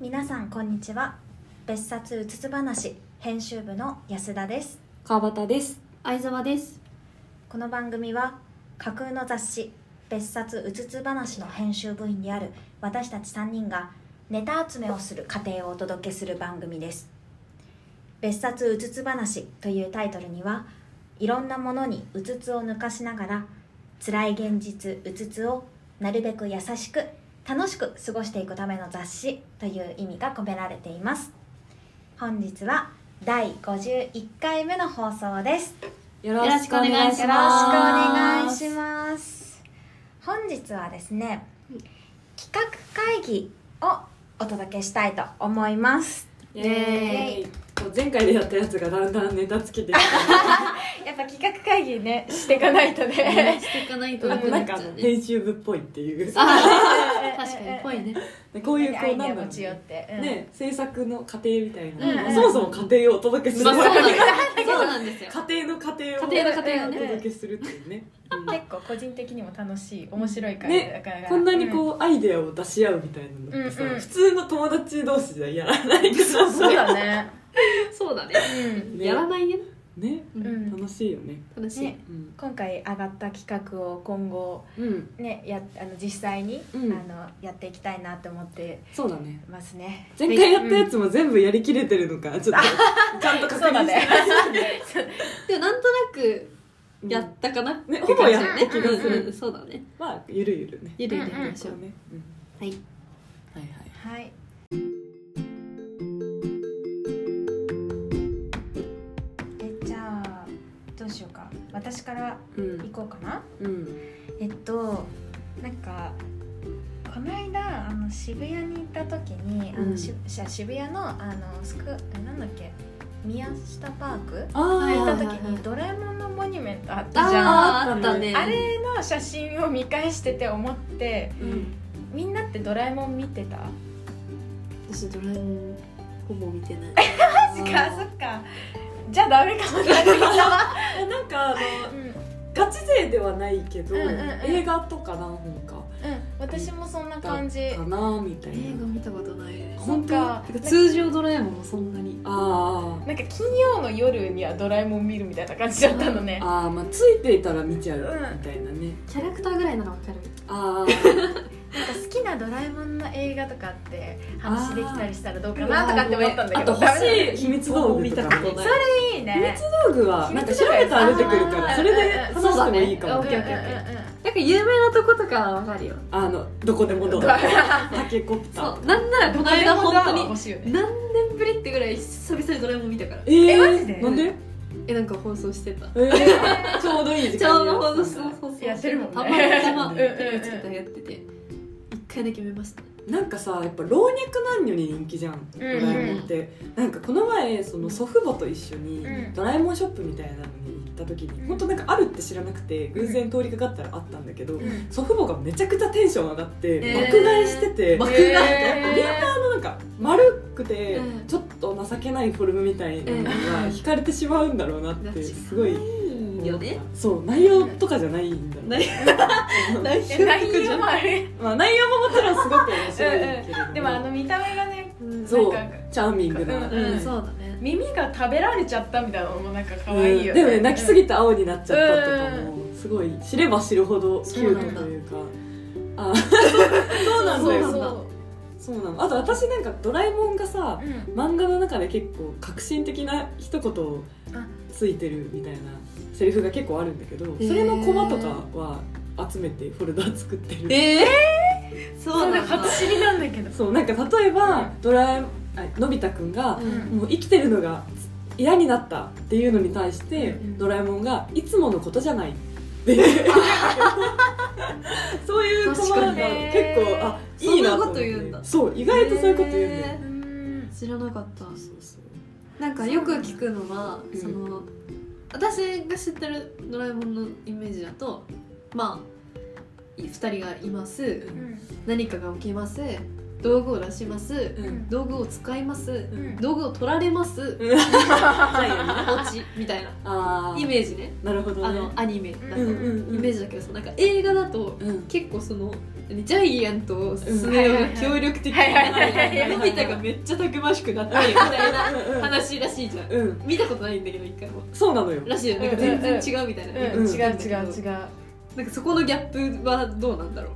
皆さんこんにちは別冊うつつ話編集部の安田です川端です相沢ですこの番組は架空の雑誌別冊うつつ話の編集部員である私たち3人がネタ集めをする過程をお届けする番組です別冊うつつ話というタイトルにはいろんなものにうつつを抜かしながら辛い現実うつつをなるべく優しく楽しく過ごしていくための雑誌という意味が込められています本日は第51回目の放送ですよろしくお願よろいしますしくお願いします本日はですね企画会議をお届けしたいと思いますイエーイもう前回でやったやつがだんだんネタつけてきたやっぱ企画会議ねしていかないと ねしていかないとななんかくななんっかあちゃうのね編集部っぽいっていう確かに ぽいねでこういうこアうイデなアんだ持ろうち寄っねて、うんね制作の過程みたいな、うんうんそもそも過程をお届けする、まあそうなんです家そうなんですよ庭 の過程を家庭の家庭をおね届けするっていうね、うん結構個人的にも楽しい面白い会ねだから、こんなにこう、アイデアを出し合うみたいなのってさ、うんうん普通の友達同士じゃやら ないけどうんそうだねそうだねうん、ねやらないねねううんん、楽しいよね楽しいねうん今回上がった企画を今後うんねやあの実際に、うんあのやっていきたいなと思ってそうだねますね前回やったやつつも全部やりきれてるのかちょっとちゃんと確そうだ認してね でもなんとなくやったかなうんねって感じだほぼやった気がするうんそうだねまあゆるゆるねゆるゆるやりましそょううね、うんはいはいはいはいえじゃあどうしようか私からう行んこうかなうんえっとなんかこの間あの渋谷に行った時にあの、うんしし渋谷のあのスクえなんだっけ宮下パークあー行はっいたは時いに「ドラえもんのモニュメント」あったじゃんああーあったねれの写真を見返してて思ってうんみんなってドラえもん見てた私ドラえもんほぼ見てないそっかそっかじゃあダメかもしれないえなんかあのうん、うん、ガチ勢ではないけど、うんうんうん映画とか何本か私もそんな感じかなみたい映な画見たことないですそっかてか通常ドラえもんもそんなにあーなんか金曜の夜にはドラえもん見るみたいな感じだったのねあーまあついていたら見ちゃううんみたいなね、キャラクターぐらいならわかるなああんか好きなドラえもんの映画とかって話できたりしたらどうかなとかって思ったんだけどあと欲ダメしい秘密道具とかね見たことないそいい秘ね密道具はなんか調べたら出てくるかあーらそれで話してもいいかも、オッケーオッケーオッケーうなんか有名なとことかはわかるよあのどこでもドんうんうんアタケコプタそーうなんならこの間本当に欲しいよね何年ぶりってぐらい久々にドラえもん見たからえー、えマジでなんで、えなんか放送してたえー、ちょうどいい時間にちょうど放送 してたやってるもんねたまたまうんうんうんテレビつけたらやってて一回だけ見ましたなんかさやっぱ老若男女に人気じゃんドラえもんって、なんかこの前その祖父母と一緒にうんドラえもんショップみたいなのに行った時に、うん本当なんかあるって知らなくて偶然通りかかったらあったんだけど、うん祖父母がめちゃくちゃテンション上がって、えー爆買いしてて、爆買いなんかリアターのなんか丸くて、うんちょっと情けないフォルムみたいなのが惹かれてしまうんだろうなってすごいいいよねそう内容とかじゃないんだろう内うん内え内容もあれまあ、内容ももちろんすごく面白いけれどもでもあの見た目がねうんそうなんかチャーミングな、うんうんそうだね耳が食べられちゃったみたいなのもなんか可愛いよでもね泣きすぎてて青になっちゃったとかも、すごい知れば知るほどキュートというかあそうなんだよそうなんだそうなのあと私なんかドラえもんがさ漫画の中で結構革新的な一言をあついてるみたいなセリフが結構あるんだけどーそれのコマとかは集めてフォルダ作ってるえーそそううだなんだ初知りなんだけどそうなんか例えば、うんドラえあのび太くんが、うんもう生きてるのが嫌になったっていうのに対して、うんドラえもんがいつものことじゃないっていうそういうコマが確結かに構あいいなと思ってそんなこと言うんだそう意外とそういうこと言うんだよ、へうんー知らなかったそうそうなんかよく聞くのはうんその私が知ってるドラえもんのイメージだとまあ2人がいますうん何かが起きます道具を出しますうん道具を使いますうん道具を取られますうんはいよね落ちみたい なあーイメージねなるほどあねのアニメなんかうんのうんうんイメージだけどさなんか映画だとうん結構その何ジャイアンとスネ夫が協力的にはいはいはいはいはいのび太がめっちゃたくましくなって みたいな話らしいじゃんうん見たことないんだけど一回もそうなのよらしいよなんか全然違うみたいな、うん違う違う違うなんかそこのギャップはどうなんだろう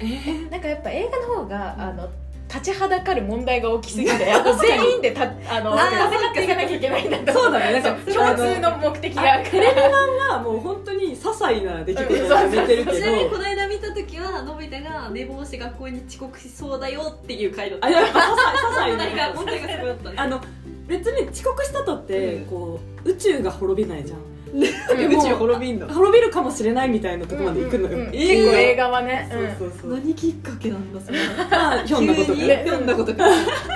えーなんかやっぱ映画の方があの立ちはだかる問題が大きすぎてやっぱ全員でたあのあー戦っていかなきゃいけないんだと思そうだねなんかそう共通の目的があるかテレらビ版はもう本当に些細な出来事が出てるけちなみにこどの間見た時はのび太が寝坊して学校に遅刻しそうだよっていう回だったあやっぱ些細些問題細がな問題がすごかったんであの別に遅刻したとって、うんこう宇宙が滅びないじゃん、うん宇もう宙滅びんの滅びるかもしれないみたいなとこまで行くのよ、うんうんうん結映構画映画はね、うんそうそうそう何きっかけなんだそれまあひょんなことか急にらね読んだことか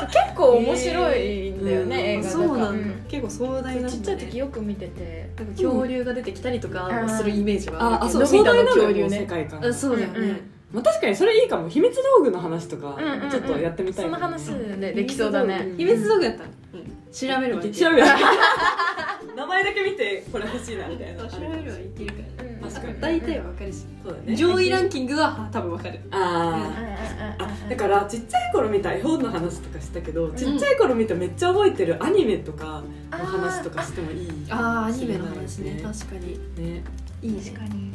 結構面白いんだよね、えー映画とそかうなんうだん結構壮大なんだねちっちゃい時よく見ててなんか恐竜が出てきたりとかはするイメージはあああるけそどうのび壮太大のなの恐よ竜ね世界観、あそうだよね、うんうまあ、確かにそれいいかも秘密道具の話とか、うんうんうんちょっとやってみたいその話でできそうだね秘密道具やったの、調べればいい調べる 名前だけ見てこれ欲しいなみたいなそう調べればいけるからねうん確かに大体は分かるしそうだね上位ランキングは多分分かるあーあだからちっちゃい頃見た絵本の話とかしたけど、ちっちゃい頃見ためっちゃ覚えてるアニメとかの話とかしてもいい、ああアニニメメのの話話ねね確かにねいいね確かに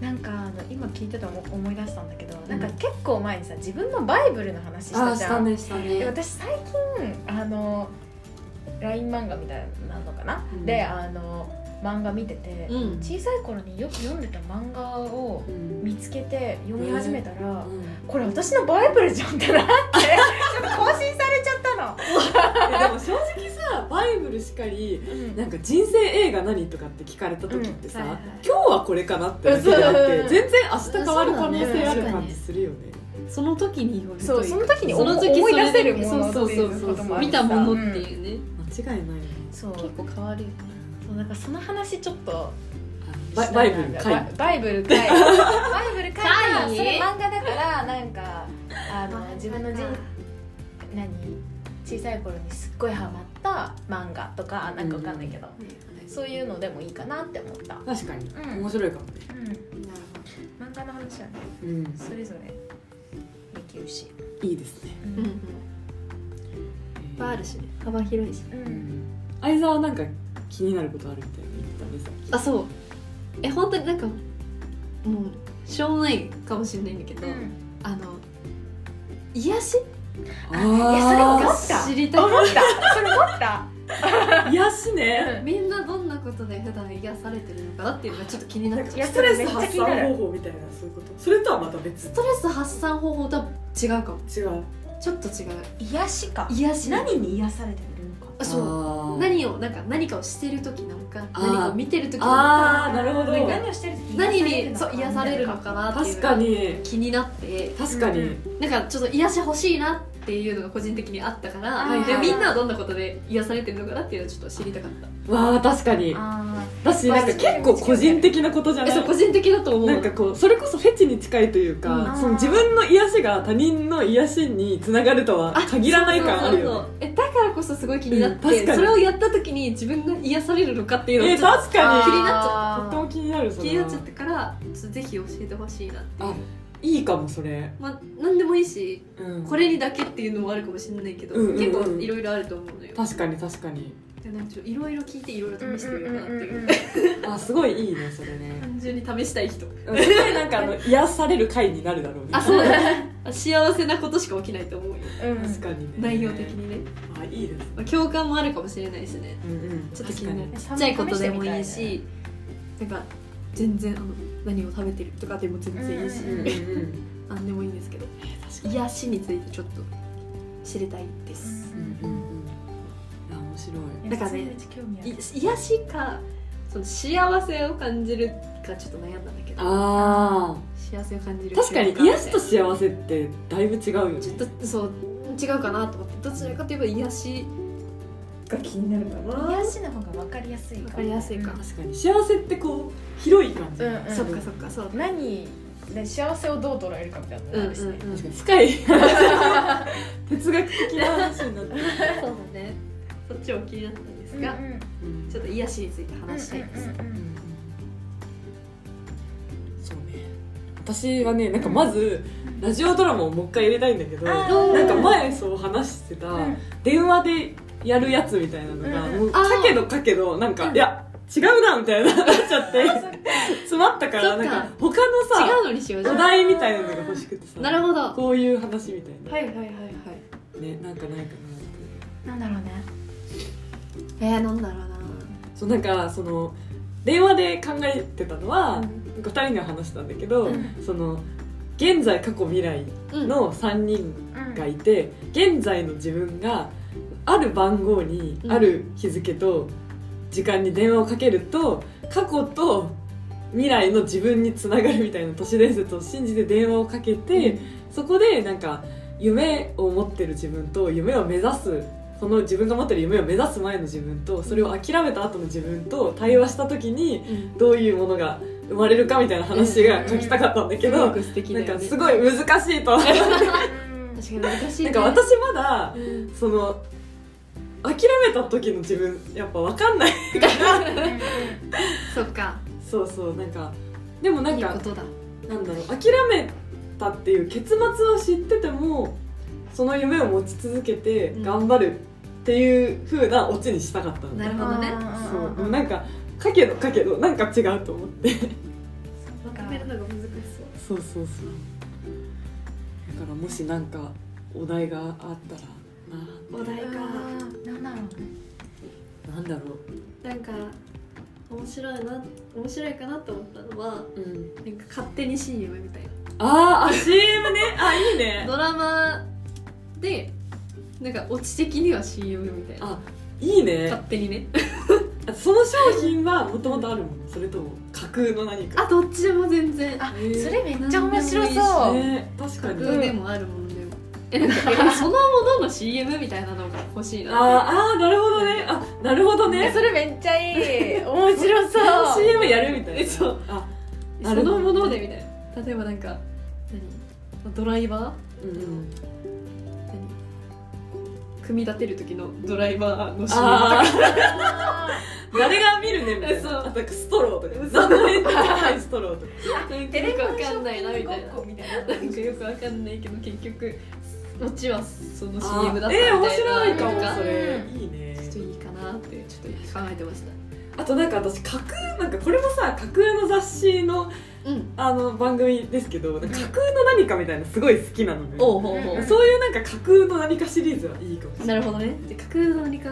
あなんかあの今聞いてたの思い出したんだけど、なんか結構前にさ自分のバイブルの話したじゃん、ねしたでね私最近あの LINE 漫画みたいなのかな、うんであの漫画見てて、うん小さい頃によく読んでた漫画を見つけて読み始めたら、これ私のバイブルじゃんって なってちょっと更新されちゃったの。でも正直さバイブルしかりなんか人生映画何とかって聞かれた時ってさ、うんはいはい今日はこれかなってだけであって、うん全然明日変わる可能そうだね性ある感じするよねその時によるというそうその時にその時思いそれ出せるものってそういそううそうこともそうある見しさたものっていうね、間違いないよねそう結構変わるよねそうなんかその話ちょっとバイバイブルバ回バイブ ル回バイブル回が回それ漫画だからなんかあの自分の人何小さい頃にすっごいハマった漫画とかなんかわかんないけど、そういうのでもいいかなって思った、確かに、うん面白いかもねうん、なる漫画の話はねうんそれぞれできるし、いいですねうんほどうんうんいっぱいあるしね幅広いしううんん相沢なんか気になることあるみたいな言ってたねさっきあそうえ本当になんかもうしょうもないかもしれないんだけど、うんあの癒しあいやそれもー思った知りたい思 ったそれ思った癒しねみんなどんなことで普段癒されてるのかなっていうのがちょっと気になっちゃういやストレスそれめっちゃ発気にな散る方法みたいなそういうことそれとはまた別ストレス発散方法とは違うかも違うちょっと違う癒しか癒し何に癒されてるのかあそうう何をなんか何かをしてる時なのかあー何かを見てる時なのかあーなるほど何をしてる時に何にそう癒されるのかなってい確うかのがに気になって確かに、うんなんかちょっと癒し欲しいなっていうのが個人的にあったから、はいはいでみんなはどんなことで癒されてるのかなっていうのをちょっと知りたかったわあ確かにあだしなんか結構個人的なことじゃえなそうい個人的だと思うなんかこうそれこそフェチに近いといううんか、その自分の癒しが他人の癒しにつながるとは限らない感あるそうそうよそうえだからこそすごい気になって、うん確かにそれをやった時に自分が癒されるのかっていうのえをちょっ確か気にになっちとっても気になるそとれ気はになっちゃってからちょっとぜひ教えてほしいなっていうあいいかもそれ、まあ何でもいいしうん、これにだけっていうのもあるかもしれないけど、うんうんうん結構いろいろあると思うのよ確かに確かにでなんかちょっといろいろ聞いていろいろ試してみようかなっていう,、あすごいいいねそれね単純に試したい人すごいなんかあの癒される回になるだろうねあそうだね 幸せなことしか起きないと思うよ確かにね内容的にね、あいいですまあ、共感もあるかもしれないしねうんうんちょっと気になる確ちかっにちゃいことでもいいしなんか全然あの何を食べてるとかでも全然いいし、ううんんううんんうん何でもいいんですけど確かに癒しについてちょっと知りたいです、うんうんうんいや面白いだだかからねらね興味あるい癒しかその幸せを感じるかちょっと悩んだんだけどあ幸せを感じーる確かに癒しと幸せってだいぶ違うよねちょっとそう違うかなと思ってどちらかといえば癒しが気になるかな癒しの方が分かりやすいかもわかりやすいかうん確かに幸せってこう広い感じ、うんうんそっかそっかそう だ何で幸せをどう捉えるかみたいなのもあるしね、確かに深い 哲学的な話になってる、そうだねそっちも気になったんですが、うんうんうんちょっと癒しについて話したいです、うんうんうんそうね私はねなんかまずラジオドラマをもう一回入れたいんだけどなあーんか前そう話してたうん電話でやるやつみたいなのがうんもうかけどかけどなんかいや違うなみたいななっちゃって詰まったからそなっんかか他のさ違うのにしようじゃおん題みたいなのが欲しくてさなるほどはこういう話みたいいな、はいはいはいねなんかないかななんだろうねえー、なんだろうなそうなんかその電話で考えてたのは、なんか2人には話したんだけど、うんその現在過去未来うんの3人うんがいて、現在の自分がある番号にうんある日付と時間に電話をかけると過去と未来の自分につながるみたいな都市伝説を信じて電話をかけて、そこでなんか夢を持ってる自分と夢を目指すその自分が持ってる夢を目指す前の自分とそれを諦めた後の自分と対話した時にうんどういうものが生まれるかみたいな話が書きたかったんだけすど、ごく素敵だなんよねかすごい難しいとなんうん確かに難しい、ね、か私まだうんその諦めた時の自分やっぱ分かんない そっかそうそうなんかでもなんいいかことだなんだろう諦めたっていう結末を知っててもその夢を持ち続けてうん頑張るっていう風なオチにしたかったの、なるほどねそうでもなんかかけどかけどなんか違うと思ってそっかのが難しそうそうそうそうだからもしなんかお題があったらなお題かあーなんだろうねなんだろなんか面白いな面白いかなと思ったのはう、うん、なんか勝手に CM みたいなあーあ CM ねあいいねドラマでなんかオチ的には CM みたいなあいいね勝手にねその商品はもともとあるもんそれとも架空の何かあどっちでも全然あへーそれめっちゃ面白そう、ね確か架に空でもあるものでも、えなんかえそのものの CM みたいなのが欲しいなあーあーなるほどねあなるほどえねそれめっちゃいい面白そう CM やるみたいえなそうあえなそるほどのものでみたいな例えばなんか何ドライバうんうんー何組み立てる時のドライバーの CM とかああー誰が見るねみたい そうなあとストローとか残念ないストローとかなん かテよレくビわかんないなみたいなごっこみたいななんかよくわかんないけど結局オチはその CM だったみたえいなー面白いかなんもそれういいねちょっといいかなってちょっと考えてましあとなんか私架空なんかこれもさ架空の雑誌のたうんあの番組ですけどなんか架空の何かみたいなのすごい好きなのねおうほうほうんうそういうなんか架空の何かシリーズはいいかもしれないなるほどねで架空の何か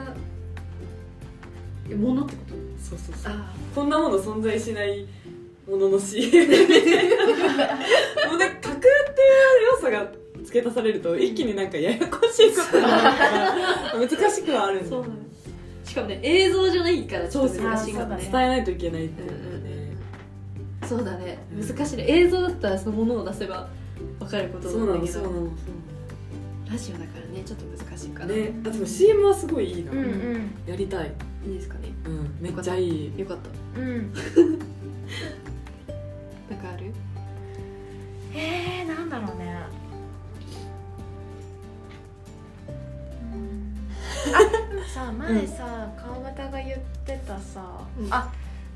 えものってことそうそうそうあこんなもの存在しないものの CM みたいなもうなんか架空っていう要素が付け足されると一気になんかややこしいことになるから難しくはあるんあだそうなのしかもね映像じゃないからちょっとそうそう難しいかもあねそう伝えだないといけないっていうのね、そうだねうん難しいね映像だったらそのものを出せば分かることそうななんのだけそうなどのラジオだからねちょっと難しいかそうなのらいねあでも CM はすごいいいな、うんうんやりたい、いですかねうん、めっちゃいいよかったうんなんかあるえー、なんだろうねうんあさあ前さ川端が言ってたさ、うんあ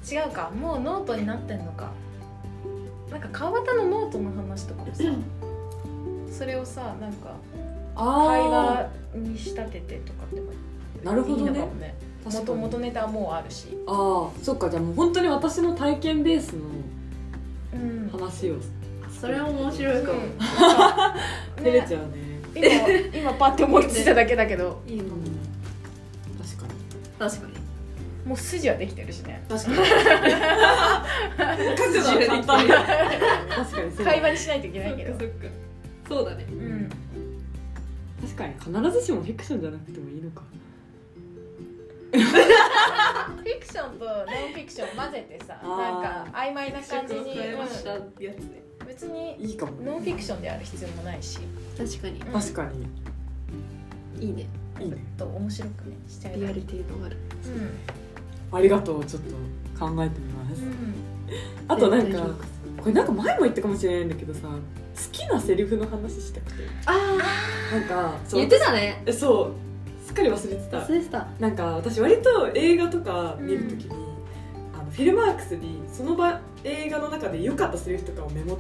違うかもうノートになってんのかなんか川端のノートの話とかもさそれをさなんか会話に仕立ててとかってもなるほどねいいのかもねあもともとネタはもうあるしああそっかじゃあもう本当に私の体験ベースのうん話をそれも面白いかもうんなんか照れちゃうねね今今パッて思いついただけだけどいいかうもん確かに確かにもう筋はできてるしね確かに角度は簡単だ確かにそう会話にしないといけないけどそっかそうだねうん確かに必ずしもフィクションじゃなくてもいいのかフィクションとノンフィクション混ぜてさあーなんか曖昧な感じに、ましたうやつねん別にいいかもノンフィクションである必要もないし確かに確かにいいねいいいねと面白くねしちゃえばリアいリいティのあるうありがとうちょっと考えてみます、んあとなん絶対か評価するこれなんか前も言ったかもしれないんだけどさ好きなセリフの話したくてあなんかあそう言ってたねえそうすっかり忘れてた忘れてたなんか私割と映画とか見るときに、あのフィルマークスにその場映画の中で良かったセリフとかをメモっ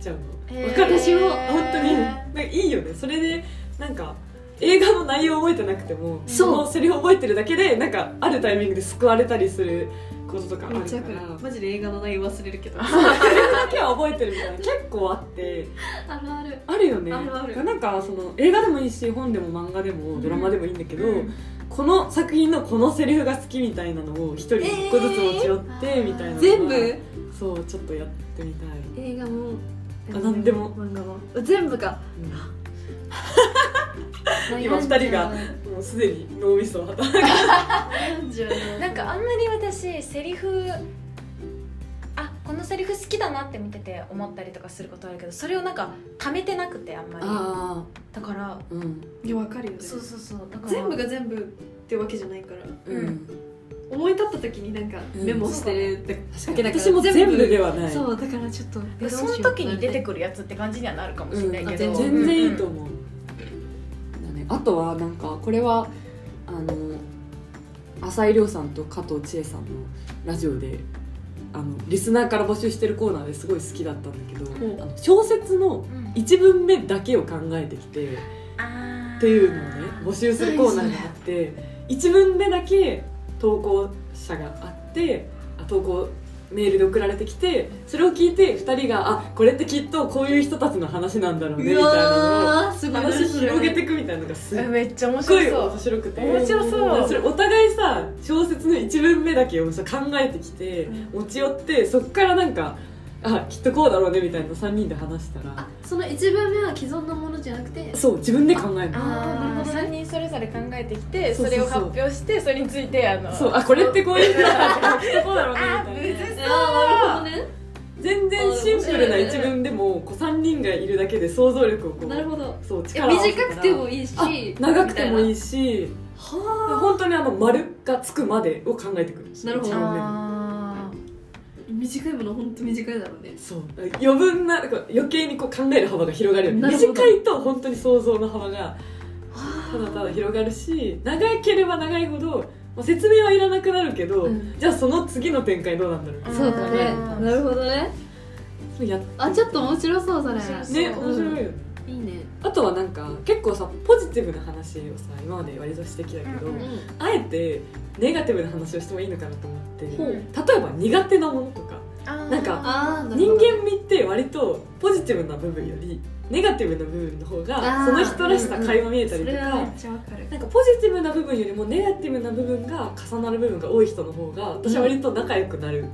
ちゃうの、へーわかる私も本当になんかいいよねそれでなんか映画の内容覚えてなくてもそうのセリフ覚えてるだけでなんかあるタイミングで救われたりすることとかあるめっちからゃわかるマジで映画の内容忘れるけど あだけは覚えてるみたいな結構あってるあるあるよねあるあるなんかその映画でもいいし本でも漫画でもドラマでもいいんだけど、うんこの作品のこのセリフが好きみたいなのを一人一個ずつ持ち寄って、えーみたいなのは全部そうちょっとやってみたい、映画もあなんでも漫画も全部が今二人がもうすでに脳みそを働いてなんかあんまり私セリフあこのセリフ好きだなって見てて思ったりとかすることあるけどそれをなんか溜めてなくてあんまりあだからあうんいやわかるよねそうそうそうだから全部が全部ってわけじゃないからうん、思い立った時になんかうんメモしてるだけだから私も全部ではないそうだからちょっとその時に出てくくるやつって感じにはなるかもしうれんないあけど、全全然いいと思う、だね、あとはなんかこれはあの浅井亮さんと加藤千恵さんのラジオであのリスナーから募集してるコーナーですごい好きだったんだけど、うんあの小説うのん1文目だけを考えてきてあーっていうのをね募集するコーナーがあって1文目だけ投稿者があってあ投稿メールで送られてきてそれを聞いて2人が「あこれってきっとこういう人たちの話なんだろうね」みたいなのをーすごい話広げていくみたいなのがすっえめっちゃ面すご白いそ面う白くて面白そうそれお互いさ小説の1文目だけをさ考えてきて持ち寄ってそっからなんかあきっとこうだろうねみたいな3人で話したらあその一文目は既存のものじゃなくてそう自分で考えるのあーなあるほどね3人それぞれ考えてきてそそうそうれそうを発表してそれについてあのそうあこれってこういう人だなきっとこうだろうねあむみたいなずあーなるほどね全然シンプルな一文でもこう3人がいるだけで想像力をこうなるほどそうい力やを合わせたら短くてもいいしあ長くてもいいいしは本当にあの丸がつくまでを考えてくるなるほど一文目のああ短いもの本当短いだろうねそう余分ななんか余計にこう考える幅が広がるよねなるほど短いと本当に想像の幅がただはただ広がるし長ければ長いほど、まあ、説明はいらなくなるけど、うんじゃあその次の展開どうなんだろうーそうだねあーなるほどねそうやっあちょっと面白そうそれ面白そうね面白いよね、いいねあとはなんか結構さポジティブな話をさ今まで割としてきたけど、うんうんうあえてネガティブな話をしてもいいのかなと思ってほう例えば苦手なものとかーなんかああ人間味って割とポジティブな部分よりネガティブな部分の方があーその人らしさうんうん垣間見えたりとそれか、はめっちゃわかるなんかポジティブな部分よりもネガティブな部分が重なる部分が多い人の方が私は割と仲良くなる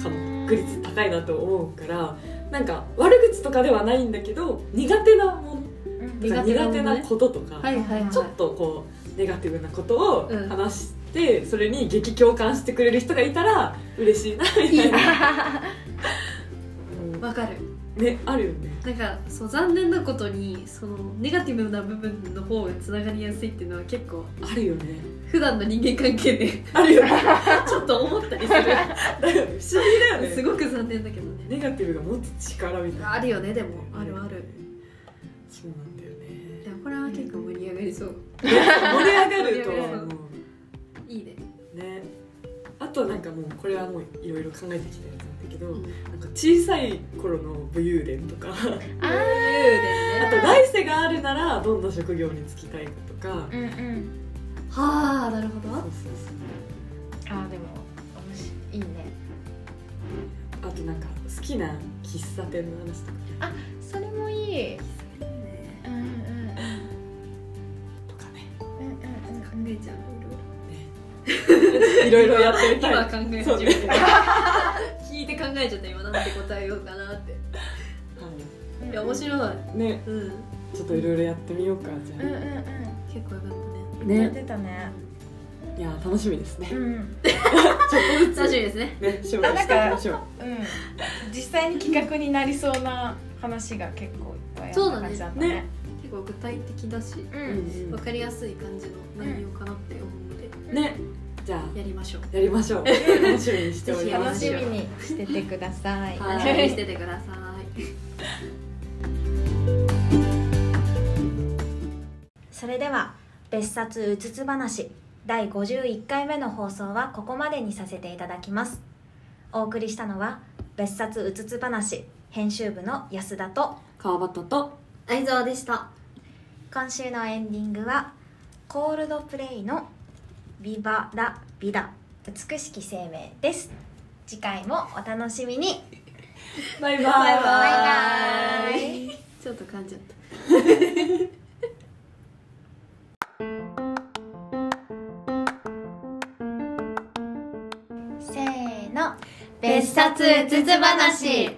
可能確率高いなと思うからなんか悪口とかではないんだけど苦手なものうんとか苦手な苦手なものねこととか、はいはいはいちょっとこうネガティブなことをうん話して、それに激共感してくれる人がいたら嬉しいなみたいな。わかるね、あるよね。なんかそう残念なことにそのネガティブな部分の方がつながりやすいっていうのは結構あるよね。普段の人間関係 であるよね。ちょっと思ったりすだよね不思議だよる すね。ごく残念だけどねネガティブが持つ力みたいな。あるよねでもあるある。そうなんだよいね。やこれは結構盛り上がりそう盛り上がるとは思いいねう。ね。あとなんかもうこれはもういろいろ考えてきたやつなんだけど、うんなんか小さい頃の武勇伝とか、あとは来世があるならどんな職業に就きたいかとか。うんうんあなるほそうどそうそう。あーでも面白いいいねあとなんか好きな喫茶店の話とかそれもいいうんうんとかねうんうん考うんうんえちゃう いろいろやってみたい今考えそう始ねめた聞いて考えちゃった今なんて答えようかなっていや面白いねうんちょっといろいろやってみようかじゃうんうんうん結構よかったね出たねいや楽しみですね、うちょんっとずつね楽しみですね ね紹介していきましょううん、実際に企画になりそうな話が結構いっぱいあった感じだったね結結構具体的だしううんんうん分かりやすい感じの内容かなって思うのでねじゃあやりましょうやりまし ょう楽しみにしておりま楽すしみにしててくださいはい楽しみにしててくださいそれでは別冊うつつ話第51回目の放送はここまでにさせていただきますお送りしたのは別冊うつつ話編集部の安田と川端と愛沢でした今週のエンディングはコールドプレイの「ビバラビダ美しき生命」です次回もお楽しみにバイバイバイバイバイバイちょっと噛んじゃったせーの別冊うつつ話